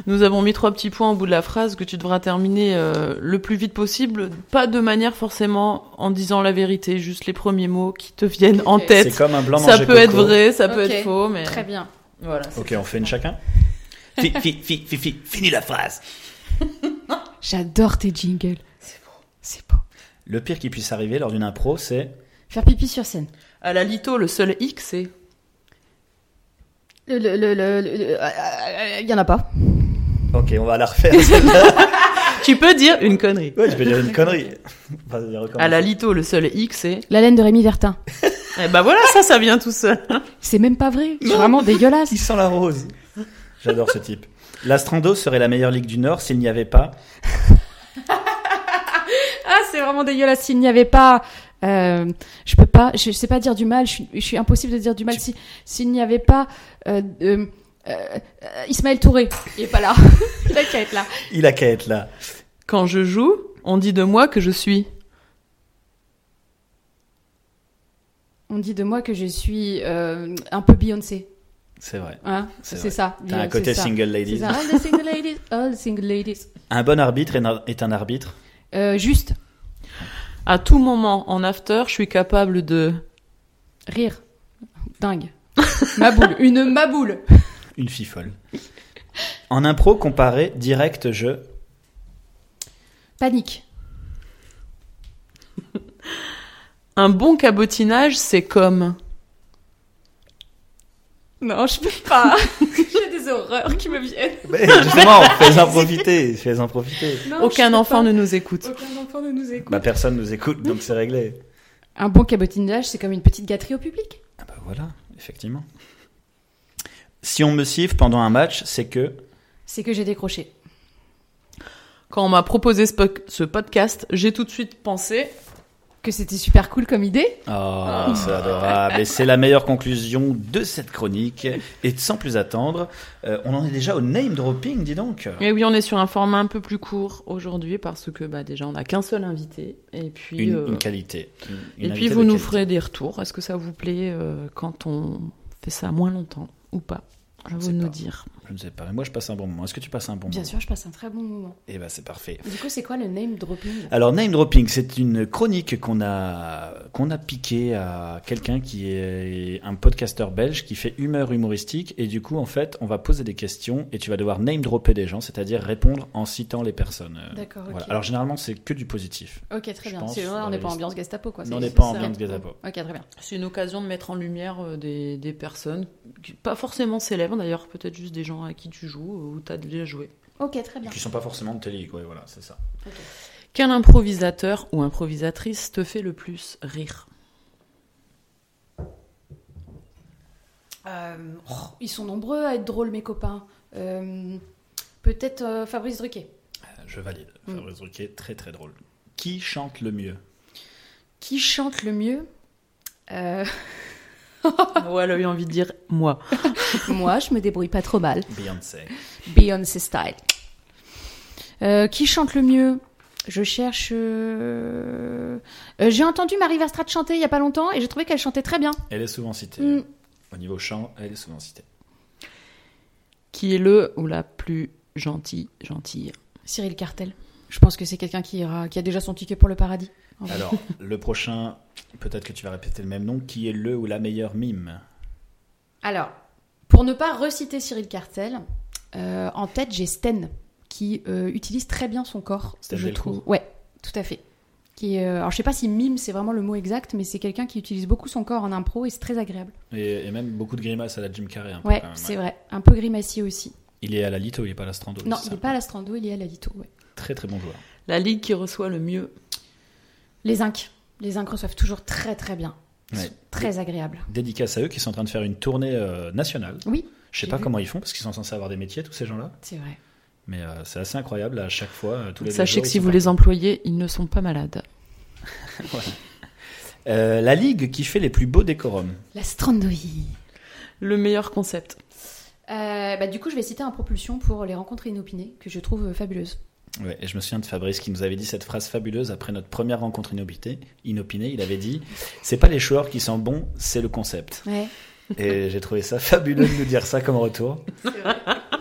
Speaker 2: Nous avons mis trois petits points au bout de la phrase que tu devras terminer euh, le plus vite possible, pas de manière forcément en disant la vérité, juste les premiers mots qui te viennent en
Speaker 4: Ok.
Speaker 1: C'est
Speaker 2: tête.
Speaker 1: comme un blanc
Speaker 2: Ça
Speaker 1: manger
Speaker 2: peut être
Speaker 1: coco.
Speaker 2: vrai, ça peut
Speaker 4: Ok.
Speaker 2: être faux, mais
Speaker 4: Très bien.
Speaker 2: voilà. c'est-
Speaker 1: Ok, on fait une chacun Fi- fi- fi- fi- fi- Fini la phrase
Speaker 3: J'adore tes jingles. C'est beau. C'est beau.
Speaker 1: Le pire qui puisse arriver lors d'une impro, c'est...
Speaker 3: Faire pipi sur scène.
Speaker 2: À la litho, le seul hic, c'est
Speaker 4: Le- le- le- le- le- le- euh, euh, Il y en a pas.
Speaker 1: Ok, on va la refaire.
Speaker 2: tu peux dire une connerie.
Speaker 1: ouais, je vais dire une connerie. Vas-y, recommence.
Speaker 2: À la litho, le seul hic, c'est
Speaker 3: La laine de Rémi Vertin.
Speaker 2: Eh ben voilà, ça, ça vient tout seul.
Speaker 3: C'est même pas vrai. C'est vraiment dégueulasse.
Speaker 1: Il sent la rose. J'adore ce type. L'Astrando serait la meilleure ligue du Nord s'il n'y avait pas...
Speaker 3: Ah, c'est vraiment dégueulasse. S'il n'y avait pas, euh, je peux pas, je, je sais pas dire du mal. Je suis, je suis impossible de dire du mal si s'il n'y avait pas euh, euh, euh, euh, Ismaël Touré. Il est pas là. Il a qu'à être là.
Speaker 1: Il a qu'à être là.
Speaker 2: Quand je joue, on dit de moi que je suis.
Speaker 3: On dit de moi que je suis euh, un peu Beyoncé.
Speaker 1: C'est vrai.
Speaker 3: Hein
Speaker 1: C'est
Speaker 3: c'est
Speaker 1: vrai.
Speaker 3: ça.
Speaker 1: T'as un
Speaker 3: Beyoncé,
Speaker 1: côté
Speaker 3: c'est ça.
Speaker 1: single
Speaker 3: C'est
Speaker 1: ladies.
Speaker 3: ça. All the single ladies. All the single ladies.
Speaker 1: Un bon arbitre est un- est un arbitre.
Speaker 3: Euh, juste
Speaker 2: À tout moment, en after, je suis capable de.
Speaker 3: rire. Dingue. Maboule. Une maboule.
Speaker 1: Une fille folle. En impro, comparé, direct, je.
Speaker 3: Panique.
Speaker 2: Un bon cabotinage, c'est comme.
Speaker 3: Non, je peux pas. J'ai des horreurs qui me viennent.
Speaker 1: Mais justement, fais-en profiter, fais-en profiter.
Speaker 2: Aucun enfant ne nous écoute.
Speaker 3: Aucun enfant ne nous écoute.
Speaker 1: Bah, personne nous écoute, donc c'est réglé.
Speaker 3: Un bon cabotinage, c'est comme une petite gâterie au public.
Speaker 1: Ah bah voilà, effectivement. Si on me siffle pendant un match, c'est que.
Speaker 3: C'est que j'ai décroché.
Speaker 2: Quand on m'a proposé ce, po- ce podcast, j'ai tout de suite pensé.
Speaker 3: Que c'était super cool comme idée.
Speaker 2: Ah.
Speaker 1: Oh, c'est adorable. Et c'est la meilleure conclusion de cette chronique. Et sans plus attendre, euh, on en est déjà au name dropping, dis donc.
Speaker 2: Et oui, on est sur un format un peu plus court aujourd'hui parce que bah, déjà, on n'a qu'un seul invité. Et puis,
Speaker 1: Une,
Speaker 2: euh,
Speaker 1: une qualité. Une- une
Speaker 2: et puis
Speaker 1: invitée
Speaker 2: vous
Speaker 1: de
Speaker 2: nous
Speaker 1: qualité.
Speaker 2: ferez des retours. Est-ce que ça vous plaît euh, quand on fait ça moins longtemps ou pas À
Speaker 1: sais
Speaker 2: vous de nous
Speaker 1: pas.
Speaker 2: dire.
Speaker 1: Je ne sais pas, mais moi je passe un bon moment. Est-ce que tu passes un bon
Speaker 3: Bien
Speaker 1: moment
Speaker 3: sûr, je passe un très bon moment.
Speaker 1: Eh ben c'est parfait.
Speaker 3: Du coup, c'est quoi le name dropping
Speaker 1: Alors name dropping, c'est une chronique qu'on a qu'on a piquée à quelqu'un qui est un podcasteur belge qui fait humeur humoristique et du coup en fait on va poser des questions et tu vas devoir name dropper des gens, c'est-à-dire répondre en citant les personnes. Euh,
Speaker 3: D'accord, ok.
Speaker 1: voilà. Alors généralement c'est que du positif.
Speaker 3: Ok, très
Speaker 1: je
Speaker 3: bien.
Speaker 1: pense,
Speaker 3: C'est- ouais,
Speaker 1: dans
Speaker 3: on n'est
Speaker 1: la
Speaker 3: pas
Speaker 1: liste.
Speaker 3: ambiance Gestapo, quoi.
Speaker 1: Non,
Speaker 3: c'est-
Speaker 1: on n'est
Speaker 3: c'est
Speaker 1: pas
Speaker 3: ça.
Speaker 1: ambiance Gestapo.
Speaker 3: Ok, très bien.
Speaker 2: C'est une occasion de mettre en lumière euh, des, des personnes, qui- pas forcément célèbres d'ailleurs, peut-être juste des gens à qui tu joues euh, ou t'as déjà joué.
Speaker 3: Ok, très bien.
Speaker 1: Qui sont pas forcément de télé, quoi. Voilà, c'est ça.
Speaker 2: Quel improvisateur ou improvisatrice te fait le plus rire
Speaker 3: Euh, oh, ils sont nombreux à être drôles, mes copains. Euh, Peut-être euh, Fabrice Druquet.
Speaker 1: Je valide.
Speaker 3: Mm.
Speaker 1: Fabrice Ruquier, très très drôle. Qui chante le mieux
Speaker 3: Qui chante le mieux Euh,
Speaker 2: Ouais, elle a eu envie de dire moi.
Speaker 3: Moi, je me débrouille pas trop mal.
Speaker 1: Beyoncé.
Speaker 3: Beyoncé style. Euh, qui chante le mieux Je cherche. euh, euh, j'ai entendu Marie Verstrate chanter il y a pas longtemps et j'ai trouvé qu'elle chantait très bien.
Speaker 1: Elle est souvent citée.
Speaker 3: Mm.
Speaker 1: Au niveau chant, elle est souvent citée.
Speaker 2: Qui est le ou la plus gentille, gentille
Speaker 3: Cyril Cartel. Je pense que c'est quelqu'un qui, ira- qui a déjà son ticket pour le paradis. en vrai.
Speaker 1: Alors, le prochain, peut-être que tu vas répéter le même nom. Qui est le ou la meilleure mime
Speaker 3: Alors, pour ne pas reciter Cyril Cartel, euh, en tête j'ai Sten qui euh, utilise très bien son corps.
Speaker 1: Sten
Speaker 3: je
Speaker 1: Delcourt.
Speaker 3: trouve. Ouais, tout à fait. Qui, euh, alors je sais pas si mime c'est vraiment le mot exact, mais c'est quelqu'un qui utilise beaucoup son corps en impro et c'est très agréable.
Speaker 1: et, et même beaucoup de grimaces à la Jim Carrey. un peu,
Speaker 3: Ouais,
Speaker 1: quand même, hein.
Speaker 3: c'est vrai. Un peu grimacier aussi.
Speaker 1: Il est à la Lito, il est pas à la Strando.
Speaker 3: non,
Speaker 1: c'est
Speaker 3: il
Speaker 1: ça.
Speaker 3: n'est pas à l'Astrando, il est à l'Alito. Ouais.
Speaker 1: Très très bon joueur.
Speaker 2: La ligue qui reçoit le mieux.
Speaker 3: Les Incs. Les Incs reçoivent toujours très très bien. Ils
Speaker 1: Ouais.
Speaker 3: sont Très agréables.
Speaker 1: Dédicace à eux qui sont en train de faire une tournée euh, nationale.
Speaker 3: Oui,
Speaker 1: Je sais
Speaker 3: J'ai
Speaker 1: pas
Speaker 3: vu.
Speaker 1: comment ils font parce qu'ils sont censés avoir des métiers tous ces gens-là,
Speaker 3: c'est vrai.
Speaker 1: mais euh, c'est assez incroyable à chaque fois. euh, tous les deux
Speaker 2: Sachez
Speaker 1: jours,
Speaker 2: que
Speaker 1: ils
Speaker 2: si
Speaker 1: sont
Speaker 2: vous
Speaker 1: partis.
Speaker 2: les employez, ils ne sont pas malades.
Speaker 1: Euh, la ligue qui fait les plus beaux décorums.
Speaker 3: L'Astrandoï.
Speaker 2: Le meilleur concept.
Speaker 3: Euh, bah, du coup, je vais citer un propulsion pour les rencontres inopinées que je trouve euh, fabuleuses.
Speaker 1: Ouais, et je me souviens de Fabrice qui nous avait dit cette phrase fabuleuse après notre première rencontre inopinée. inopinée il avait dit C'est pas les joueurs qui sont bons, c'est le concept.
Speaker 3: Ouais.
Speaker 1: Et j'ai trouvé ça fabuleux de nous dire ça comme retour.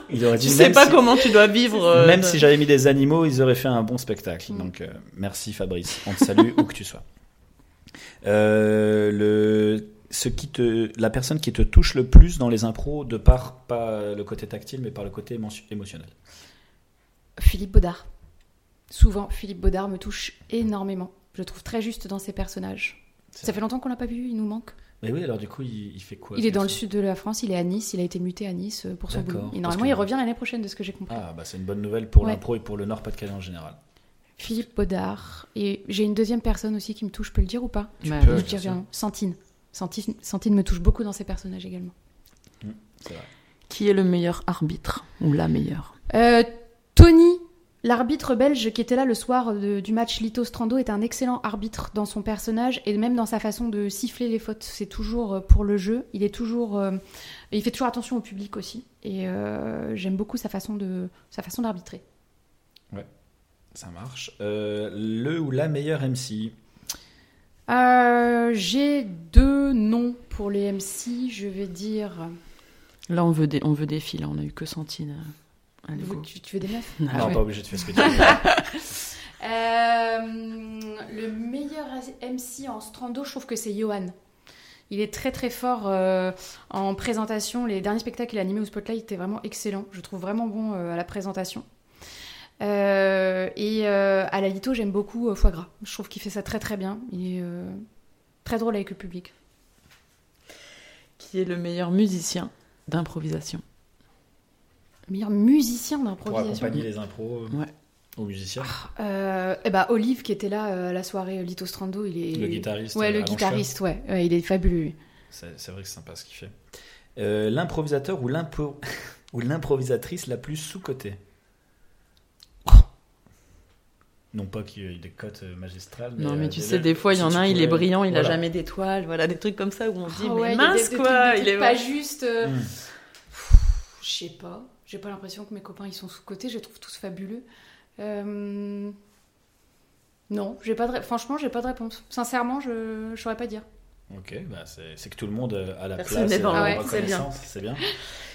Speaker 1: Il aurait
Speaker 2: Tu
Speaker 1: dit
Speaker 2: sais
Speaker 1: même
Speaker 2: pas
Speaker 1: si-
Speaker 2: comment tu dois vivre. euh,
Speaker 1: Même
Speaker 2: de-
Speaker 1: si j'avais mis des animaux, ils auraient fait un bon spectacle.
Speaker 3: Mm.
Speaker 1: Donc euh, merci Fabrice, on te salue où que tu sois. Euh, le, ce qui te, la personne qui te touche le plus dans les impros, de par pas le côté tactile, mais par le côté émo- émotionnel.
Speaker 3: Philippe Baudard. Souvent, Philippe Baudard me touche énormément. Je le trouve très juste dans ses personnages.
Speaker 1: C'est
Speaker 3: Ça fait longtemps qu'on l'a pas vu, il nous manque.
Speaker 1: Mais oui, alors du coup, il, il fait quoi
Speaker 3: il est dans le
Speaker 1: ce-
Speaker 3: sud de la France, il est à Nice, il a été muté à Nice euh, pour son
Speaker 1: D'accord,
Speaker 3: boulot.
Speaker 1: parce
Speaker 3: Et normalement,
Speaker 1: que-
Speaker 3: il revient l'année prochaine, de ce que j'ai compris.
Speaker 1: Ah, bah c'est une bonne nouvelle pour
Speaker 3: Ouais.
Speaker 1: l'impro et pour le Nord-Pas-de-Calais en général.
Speaker 3: Philippe Baudard. Et j'ai une deuxième personne aussi qui me touche, je peux le dire ou pas
Speaker 2: Bah,
Speaker 1: peux.
Speaker 3: Je
Speaker 1: Ouais,
Speaker 3: dis
Speaker 1: bien sûr.
Speaker 3: rien. Santine. Santine. Santine me touche beaucoup dans ses personnages également.
Speaker 1: C'est vrai.
Speaker 2: Qui est le meilleur arbitre ou la meilleure
Speaker 3: Euh, Tony, l'arbitre belge qui était là le soir de- du match Lito Strando, est un excellent arbitre dans son personnage et même dans sa façon de siffler les fautes. C'est toujours euh, pour le jeu. Il est toujours, euh, il fait toujours attention au public aussi. Et euh, j'aime beaucoup sa façon de, sa façon d'arbitrer.
Speaker 1: Ça marche. Euh, le ou la meilleure MC
Speaker 3: Euh, J'ai deux noms pour les MC. Je vais dire.
Speaker 2: Là, on veut des, on veut des filles. Là, on a eu que Santine. euh, Allez,
Speaker 3: Vous-
Speaker 2: go.
Speaker 3: tu, tu veux des meufs
Speaker 2: Ah
Speaker 1: Non,
Speaker 2: ouais.
Speaker 1: pas obligé de faire ce que tu veux.
Speaker 3: Euh, le meilleur MC en strando, je trouve que c'est Johan. Il est très très fort euh, en présentation. Les derniers spectacles qu'il a animés au Spotlight étaient vraiment excellents. Je le trouve vraiment bon euh, à la présentation. Euh, et euh, à la Lito, j'aime beaucoup euh, Foie Gras. Je trouve qu'il fait ça très très bien. Il est euh, très drôle avec le public.
Speaker 2: Qui est le meilleur musicien d'improvisation
Speaker 3: Le meilleur musicien
Speaker 1: Pour
Speaker 3: d'improvisation.
Speaker 1: accompagner les impros euh,
Speaker 2: Ouais. Ah.
Speaker 1: aux musiciens.
Speaker 3: Euh, eh ben, Olive qui était là euh, à la soirée Lito Strando, il est.
Speaker 1: Le guitariste.
Speaker 3: Ouais,
Speaker 1: euh,
Speaker 3: le
Speaker 1: Alain
Speaker 3: guitariste, ouais. Ouais, Il est fabuleux. lui.
Speaker 1: Schwartz. C'est c'est vrai que c'est sympa ce qu'il fait. Euh, L'improvisateur ou l'impro- ou l'improvisatrice la plus sous-cotée
Speaker 2: Oh.
Speaker 1: Non pas qu'il y ait des cotes euh, magistrales.
Speaker 2: Non, mais
Speaker 1: euh,
Speaker 2: tu
Speaker 1: des-
Speaker 2: sais, des fois, il y
Speaker 1: si
Speaker 2: en a
Speaker 1: tu
Speaker 2: un, il est
Speaker 1: pouvais-
Speaker 2: brillant, il
Speaker 1: voilà.
Speaker 2: a jamais d'étoile. Voilà, des trucs comme ça où on se dit,
Speaker 3: Ah
Speaker 2: mais
Speaker 3: ouais, des-
Speaker 2: mince
Speaker 3: des- des
Speaker 2: quoi,
Speaker 3: trucs- des
Speaker 2: il est
Speaker 3: trucs pas juste. euh,
Speaker 1: Mm.
Speaker 3: Je sais pas. J'ai pas l'impression que mes copains ils sont sous cotés. Je les trouve tous fabuleux. Euh, Non, j'ai pas de... ré- franchement, j'ai pas de réponse. Sincèrement, je je saurais pas dire.
Speaker 1: Ok, bah, c'est c'est que tout le monde euh, a la
Speaker 2: Personne
Speaker 1: place.
Speaker 2: n'est dans
Speaker 1: euh,
Speaker 3: le-
Speaker 1: en
Speaker 3: Ouais,
Speaker 2: c'est bien.
Speaker 1: reconnaissance, C'est bien.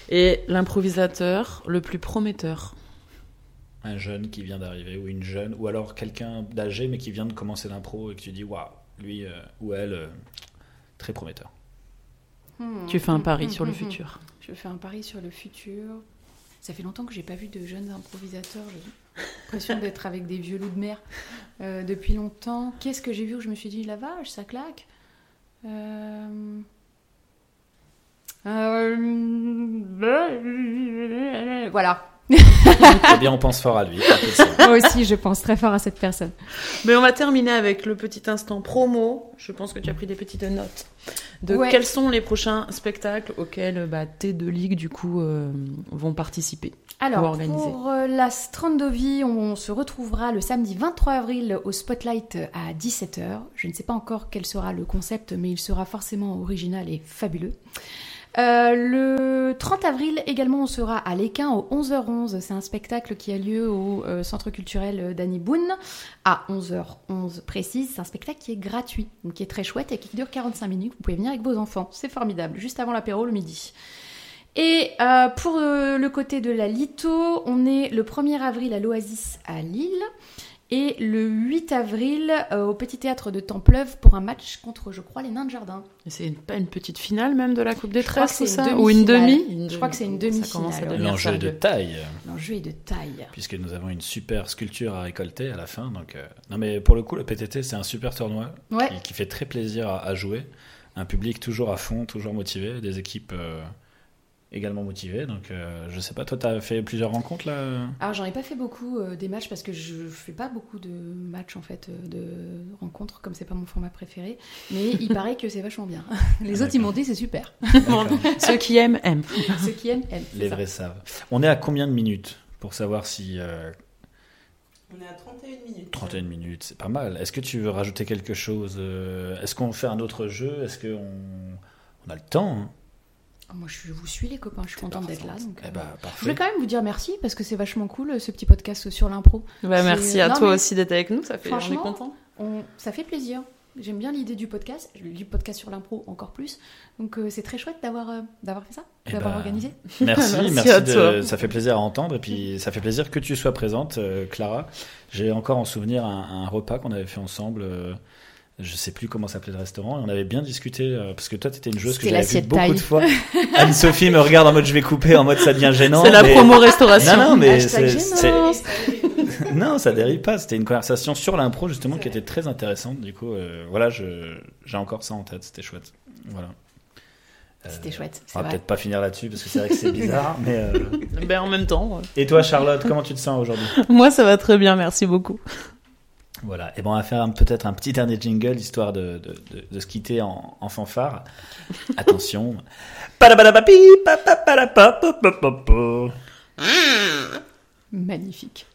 Speaker 2: Et l'improvisateur le plus prometteur.
Speaker 1: un jeune qui vient d'arriver ou une jeune ou alors quelqu'un d'âgé mais qui vient de commencer l'impro et que tu dis waouh lui euh, ou elle euh, très prometteur
Speaker 3: Hmm.
Speaker 2: Tu fais un pari
Speaker 3: Hmm,
Speaker 2: sur
Speaker 3: hmm,
Speaker 2: le
Speaker 3: hmm.
Speaker 2: futur.
Speaker 3: Je fais un pari sur le futur. Ça fait longtemps que j'ai pas vu de jeunes improvisateurs. J'ai l'impression d'être avec des vieux loups de mer euh, depuis longtemps. Qu'est-ce que j'ai vu où je me suis dit, la vache, ça claque Euh, euh, Voilà.
Speaker 1: eh bien on pense fort à lui appelez ça.
Speaker 3: Moi aussi, je pense très fort à cette personne.
Speaker 2: Mais on va terminer avec le petit instant promo. Je pense que tu as pris des petites notes. de
Speaker 3: Ouais.
Speaker 2: quels sont les prochains spectacles auxquels bah, tes deux ligues du coup euh, vont participer. Ou
Speaker 3: Alors,
Speaker 2: organisé.
Speaker 3: pour euh, la Strandovie, on se retrouvera le samedi 23 avril au Spotlight à 17h. Je ne sais pas encore quel sera le concept, mais il sera forcément original et fabuleux. Euh, le 30 avril également, on sera à l'Équin au 11h11. C'est un spectacle qui a lieu au euh, Centre culturel d'Annie Boone à 11h11 précise. C'est un spectacle qui est gratuit, donc qui est très chouette et qui dure 45 minutes. Vous pouvez venir avec vos enfants, c'est formidable, juste avant l'apéro le midi. Et euh, pour euh, le côté de la Lito, on est le 1er avril à l'Oasis à Lille et le 8 avril euh, au Petit Théâtre de Templeuve pour un match contre, je crois, les Nains de Jardin.
Speaker 2: Et C'est une- pas une petite finale même de la Coupe des
Speaker 3: Je crois
Speaker 2: Tresses
Speaker 3: que
Speaker 2: ou
Speaker 3: c'est
Speaker 2: ça
Speaker 3: une
Speaker 2: Ou une
Speaker 3: demi-finale.
Speaker 2: demi
Speaker 3: Je crois que c'est une
Speaker 2: Ça commence à
Speaker 3: demi-finale.
Speaker 2: devenir
Speaker 1: L'enjeu de
Speaker 2: sérieux.
Speaker 1: taille,
Speaker 3: L'enjeu est de taille.
Speaker 1: puisque nous avons une super sculpture à récolter à la fin. Donc, euh, Non, mais pour le coup, le PTT, c'est un super tournoi
Speaker 3: Ouais,
Speaker 1: qui, qui fait très plaisir à, à jouer. Un public toujours à fond, toujours motivé, des équipes euh, également motivées. Donc, euh, je sais pas, toi, tu as fait plusieurs rencontres là
Speaker 3: alors j'en ai pas fait beaucoup euh, des matchs parce que je, je fais pas beaucoup de matchs en fait, euh, de rencontres, comme c'est pas mon format préféré, mais il paraît que c'est vachement bien. Les autres ils m'ont dit c'est super.
Speaker 1: D'accord.
Speaker 2: Ceux qui aiment, aiment.
Speaker 3: Ceux qui aiment, aiment. c'est
Speaker 1: Les
Speaker 3: ça.
Speaker 1: vrais savent. On est à combien de minutes pour savoir si euh,
Speaker 5: On est à 31 minutes.
Speaker 1: 31 minutes, c'est pas mal. Est-ce que tu veux rajouter quelque chose euh, Est-ce qu'on fait un autre jeu Est-ce qu'on on a le temps hein
Speaker 3: Ah, Moi je vous suis les copains, je suis contente d'être là. Donc,
Speaker 1: Eh
Speaker 3: euh,
Speaker 1: bah,
Speaker 3: Je voulais
Speaker 1: parfait.
Speaker 3: quand même vous dire merci parce que c'est vachement cool euh, ce petit podcast sur l'impro.
Speaker 2: Bah,
Speaker 3: C'est-
Speaker 2: merci à
Speaker 3: non,
Speaker 2: toi
Speaker 3: mais-
Speaker 2: aussi d'être avec nous, ça fait on est
Speaker 3: Franchement,
Speaker 2: content.
Speaker 3: On- Ça fait plaisir. J'aime bien l'idée du podcast, du podcast sur l'impro encore plus. Donc euh, c'est très chouette d'avoir euh, d'avoir fait ça,
Speaker 1: Eh
Speaker 3: d'avoir
Speaker 1: ben,
Speaker 3: organisé.
Speaker 1: Merci,
Speaker 2: Merci
Speaker 1: merci.
Speaker 2: à
Speaker 1: de-
Speaker 2: toi.
Speaker 1: ça fait plaisir à entendre et puis ça fait plaisir que tu sois présente, euh, Clara. J'ai encore en souvenir un, un repas qu'on avait fait ensemble. euh, je sais plus comment s'appelait le restaurant. Et on avait bien discuté euh, parce que toi, t'étais une joueuse que
Speaker 3: C'était
Speaker 1: j'avais vue
Speaker 3: l'assiette
Speaker 1: beaucoup
Speaker 3: taille.
Speaker 1: de fois. Anne-Sophie me regarde en mode je vais couper, en mode ça devient gênant.
Speaker 2: C'est la
Speaker 1: mais-
Speaker 2: promo restauration.
Speaker 1: Non, non, mais
Speaker 3: Hashtag
Speaker 1: c'est- c'est-
Speaker 3: gênance.
Speaker 1: Non, ça dérive pas. C'était une conversation sur l'impro justement qui était très intéressante. Du coup, euh, voilà, je- j'ai encore ça en tête. C'était chouette. Voilà. Euh,
Speaker 3: C'était chouette, c'est
Speaker 1: On va
Speaker 3: vrai.
Speaker 1: peut-être pas finir là-dessus parce que c'est vrai que c'est bizarre. mais euh,
Speaker 2: Ben, en même temps,
Speaker 1: et toi, Charlotte, comment tu te sens aujourd'hui
Speaker 2: moi ça va très bien, merci beaucoup.
Speaker 1: Voilà. Et bon, on va faire un- peut-être un petit dernier jingle histoire de, de, de- de se quitter en, en fanfare. Attention. Padabadabapi, papapadapapopopopo.
Speaker 3: Magnifique.